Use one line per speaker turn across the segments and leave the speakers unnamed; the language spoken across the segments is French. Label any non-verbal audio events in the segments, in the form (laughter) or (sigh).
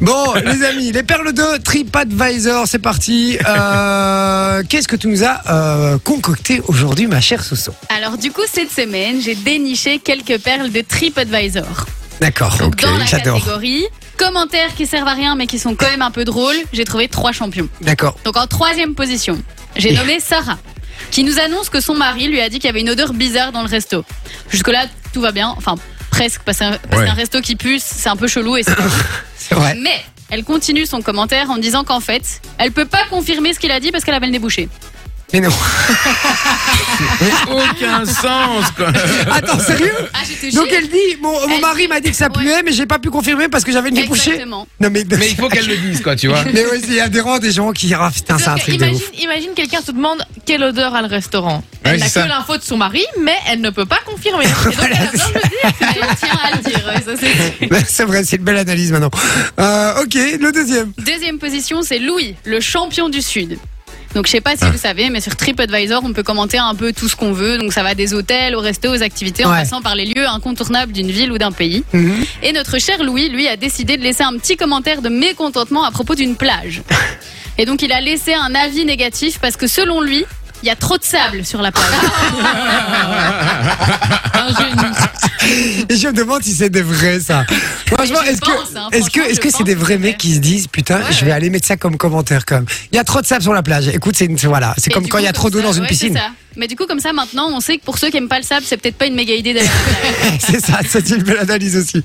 Bon, les amis, les perles de TripAdvisor, c'est parti. Euh, Qu'est-ce que tu nous as euh, concocté aujourd'hui, ma chère Soso
Alors du coup, cette semaine, j'ai déniché quelques perles de TripAdvisor.
D'accord,
Dans la
j'adore.
catégorie commentaires qui servent à rien mais qui sont quand même un peu drôles, j'ai trouvé trois champions.
D'accord.
Donc en troisième position, j'ai
Et-
nommé Sarah, qui nous annonce que son mari lui a dit qu'il y avait une odeur bizarre dans le resto. Jusque-là, tout va bien, enfin presque, parce qu'un parce
Ouais.
qu'un resto qui pue, c'est un peu chelou. Et c'est-
C'est vrai.
Mais elle continue son commentaire en disant qu'en fait, elle peut pas confirmer ce qu'il a dit parce qu'elle avait le nez bouché. (laughs)
Mais non.
Aucun sens, quoi.
Attends, sérieux
Ah, j'étais
Donc elle dit, mon, mon
Elle
mari
dit-
m'a dit que ça
ouais.
puait, mais j'ai pas pu confirmer parce que j'avais une nez bouché.
Exactement.
Non mais.
(laughs) Mais il faut qu'elle le dise, quoi, tu vois.
(laughs) Mais oui, c'est adhérent des gens qui. Ah putain, c'est un
Parce que
truc de
imagine,
ouf.
imagine quelqu'un se demande quelle odeur a le restaurant. Elle
Ouais,
n'a
c'est ça.
que l'info de son mari, mais elle ne peut pas confirmer. Et
(laughs)
donc,
Voilà,
elle a besoin de le dire.
Elle tient à le dire, ouais, ça c'est sûr.
(laughs) C'est vrai, c'est une belle analyse maintenant. Euh, ok, le deuxième.
Deuxième position, c'est Louis, le champion du Sud. Donc je sais pas si
Ah.
vous savez, mais sur TripAdvisor, on peut commenter un peu tout ce qu'on veut. Donc ça va des hôtels, aux restos, aux activités, en
Ouais.
passant par les lieux incontournables d'une ville ou d'un pays.
Mhm.
Et notre cher Louis, lui, a décidé de laisser un petit commentaire de mécontentement à propos d'une
(laughs)
plage. Et donc il a laissé un avis négatif parce que selon lui, il y a trop de sable sur la plage.
(laughs) Et je me demande si c'est des vrais
(laughs)
ça. Franchement,
je
est-ce que
pense, hein,
est-ce que
franchement,
est-ce
je
que c'est
pense
des
que
vrais
c'est
mecs
vrai.
qui se disent putain,
Ouais,
je vais
ouais.
aller mettre ça comme commentaire quand même. Il y a trop de sable sur la plage. Écoute, c'est une- c'est- voilà, (laughs) c'est
Mais
comme
du
quand il y a
coup,
trop d'eau
comme ça,
dans une
ouais,
piscine.
c'est ça. Mais du coup, comme ça, maintenant, on sait que pour ceux qui aiment pas le sable, c'est peut-être pas une méga idée d'aller à la plage.
(laughs) C'est ça, c'est une belle analyse aussi.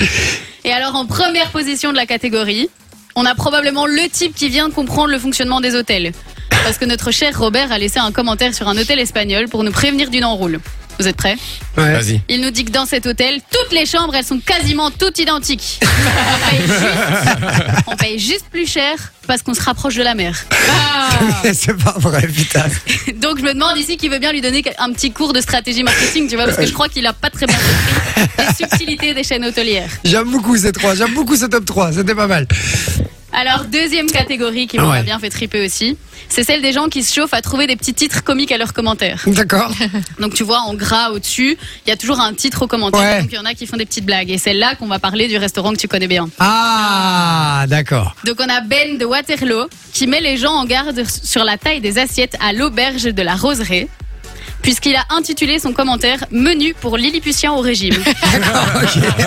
Et alors en première position de la catégorie, on a probablement le type qui vient de comprendre le fonctionnement des hôtels. Parce que notre cher Robert a laissé un commentaire sur un hôtel espagnol pour nous prévenir d'une enroule. Vous êtes prêts
Ouais. (laughs)
Vas-y.
Il nous dit que dans cet hôtel, toutes les chambres, elles sont quasiment toutes identiques. On paye juste, on paye juste plus cher parce qu'on se rapproche de la mer. (laughs)
Ah.
c'est pas vrai, putain.
Donc je me demande ici qui veut bien lui donner un petit cours de stratégie marketing, tu vois, parce que je crois qu'il a pas très bien compris les subtilités des chaînes hôtelières.
J'aime beaucoup ces trois, j'aime beaucoup ce top 3, c'était pas mal.
Alors, deuxième catégorie qui
Ouais.
m'a bien fait triper aussi, c'est celle des gens qui se chauffent à trouver des petits titres comiques à leurs commentaires.
D'accord.
(laughs) Donc, tu vois, en gras au-dessus, il y a toujours un titre au commentaire.
Ouais.
Donc, il y en a qui font des petites blagues. Et c'est là qu'on va parler du restaurant que tu connais bien.
Ah,
(laughs)
d'accord.
Donc, on a Ben de Waterloo qui met les gens en garde sur la taille des assiettes à l'auberge de la Roseraie. Puisqu'il a intitulé son commentaire Menu pour Lilliputien au régime. Ah,
(laughs)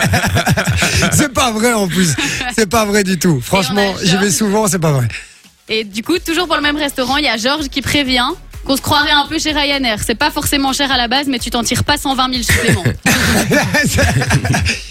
C'est pas vrai en plus. C'est pas vrai du tout. Franchement, j'y vais
Georges.
souvent, c'est pas vrai. (laughs)
Et du coup, toujours pour le même restaurant, il y a Georges qui prévient qu'on se croirait un peu chez Ryanair. C'est pas forcément cher à la base, mais tu t'en tires pas 120
(laughs)
000 suppléments.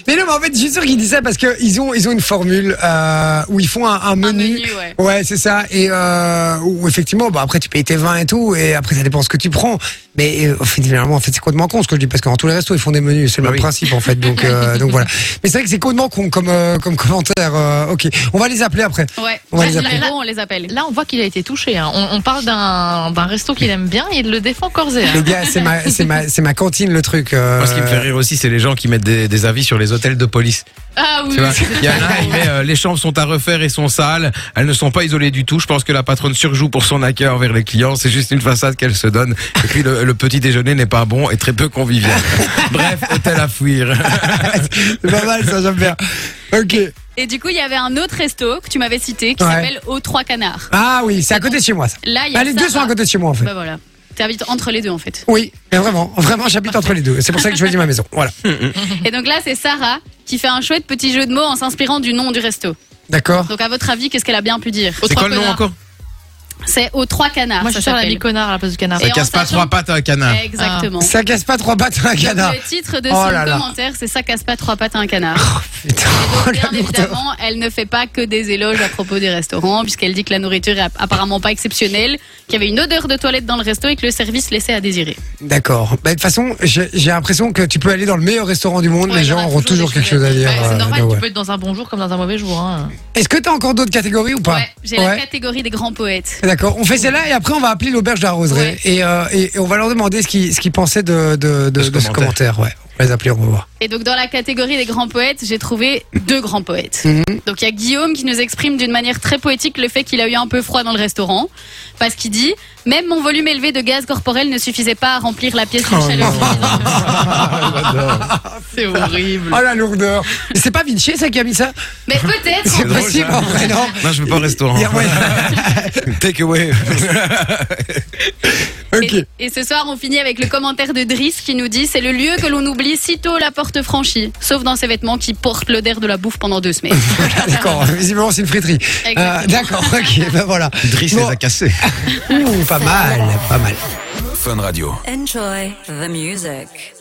mais non, mais en fait, je suis sûr qu'ils disent ça parce qu'ils ont, ils ont une formule euh, où ils font un, un menu.
menu, ouais.
c'est ça. Et euh, où effectivement, bah, après, tu payes tes vins et tout. Et après, ça dépend ce que tu prends. Mais euh, finalement, en fait, c'est complètement con ce que je dis parce qu'en tous les restos, ils font des menus. C'est le
Ah
même
oui.
principe, en fait.
(laughs)
Donc, euh, donc voilà. Mais c'est vrai que c'est complètement con comme, euh, comme commentaire. euh, ok, on va les appeler après.
Ouais.
On va les
Là,
appeler.
numéro, on les appelle.
Là, on voit qu'il a été touché. hein. On, on parle d'un d'un resto qu'il aime bien et il le défend corps et
Les
âme.
gars, c'est ma, c'est ma, c'est ma cantine, le truc. euh,
Moi, ce qui me fait rire aussi, c'est les gens qui mettent des, des avis sur les hôtels de police.
Ah oui.
Tu vois, il y en a, il met, euh, les chambres sont à refaire et sont sales. Elles ne sont pas isolées du tout. Je pense que la patronne surjoue pour son accueil envers les clients. C'est juste une façade qu'elle se donne. Et puis, le, le petit déjeuner n'est pas bon et très peu (laughs) convivial. Bref, hôtel à fuir.
(laughs) c'est pas mal, ça, j'aime bien. Ok.
Et du coup, il y avait un autre resto que tu m'avais cité qui
Ouais.
s'appelle Aux Trois Canards.
Ah oui, c'est à côté de chez moi, ça.
Là, il y a
Bah, les deux
Sarah.
sont à côté de chez moi, en fait.
Bah voilà. T'habites entre les deux en fait.
Oui, mais vraiment, vraiment, j'habite entre les deux. C'est pour ça que je choisis ma maison. Voilà.
Et donc là, c'est Sarah qui fait un chouette petit jeu de mots en s'inspirant du nom du resto.
D'accord.
Donc à votre avis, qu'est-ce qu'elle a bien pu dire
C'est quoi le nom
Connard.
encore
C'est Aux Trois Canards.
Moi, je
ça
suis sur la Ah.
s'appelle.
vie connard à la place du canard.
Ça
Et
casse
en
pas
sachant-
trois pattes à un canard.
Exactement.
Ça casse pas trois pattes à un
Donc,
Ah, canard.
le titre de
Oh
son
là là.
commentaire, c'est ça casse pas trois pattes à un canard.
Putain, oh,
Bien
(laughs) la lourdeur.
évidemment, elle ne fait pas que des éloges à propos des restaurants, puisqu'elle dit que la nourriture est app- apparemment pas exceptionnelle, qu'il y avait une odeur de toilette dans le resto et que le service laissait à désirer.
D'accord. Bah, De toute façon, j'ai j'ai l'impression que tu peux aller dans le meilleur restaurant du monde,
Ouais,
les
il y
gens
aura
auront toujours
toujours des
quelque chose à
Ouais,
dire.
c'est
euh,
normal,
donc,
tu
ouais.
peux être dans un bon jour comme dans un mauvais jour. hein.
Est-ce que t'as encore d'autres catégories ou pas
ouais, j'ai la catégorie des grands poètes.
D'accord, on fait celle-là et après on va appeler l'auberge de la roseraie
Ouais.
et, euh, et- et on va leur demander ce qu'ils ce qu'ils pensaient de, de, de- de ce,
De ce
commentaire. ouais. On va les appeler, on va voir.
Et donc dans la catégorie des grands poètes, j'ai trouvé deux grands poètes.
Mhm.
Donc il y a Guillaume qui nous exprime d'une manière très poétique le fait qu'il a eu un peu froid dans le restaurant, parce qu'il dit même mon volume élevé de gaz corporel ne suffisait pas à remplir la pièce d'une
Oh
chaleur.
non.
vive.
C'est horrible.
Oh la lourdeur Mais c'est pas Vinci ça qui a mis ça (laughs)
Mais peut-être.
C'est
drôle,
possible
ça.
en vrai, non
Non, je veux pas au restaurant.
Il y a- ouais.
Take away.
(laughs) Ok.
Et, et ce soir, on finit avec le commentaire de Driss qui nous dit c'est le lieu que l'on oublie sitôt la porte franchie, sauf dans ses vêtements qui portent l'odeur de la bouffe pendant deux semaines.
Ah, D'accord, visiblement c'est une friterie. Euh,
Exactement.
D'accord, ok, ben voilà.
Driss
Bon.
les a cassés.
Ouh, pas mal, pas mal.
Enjoy the music.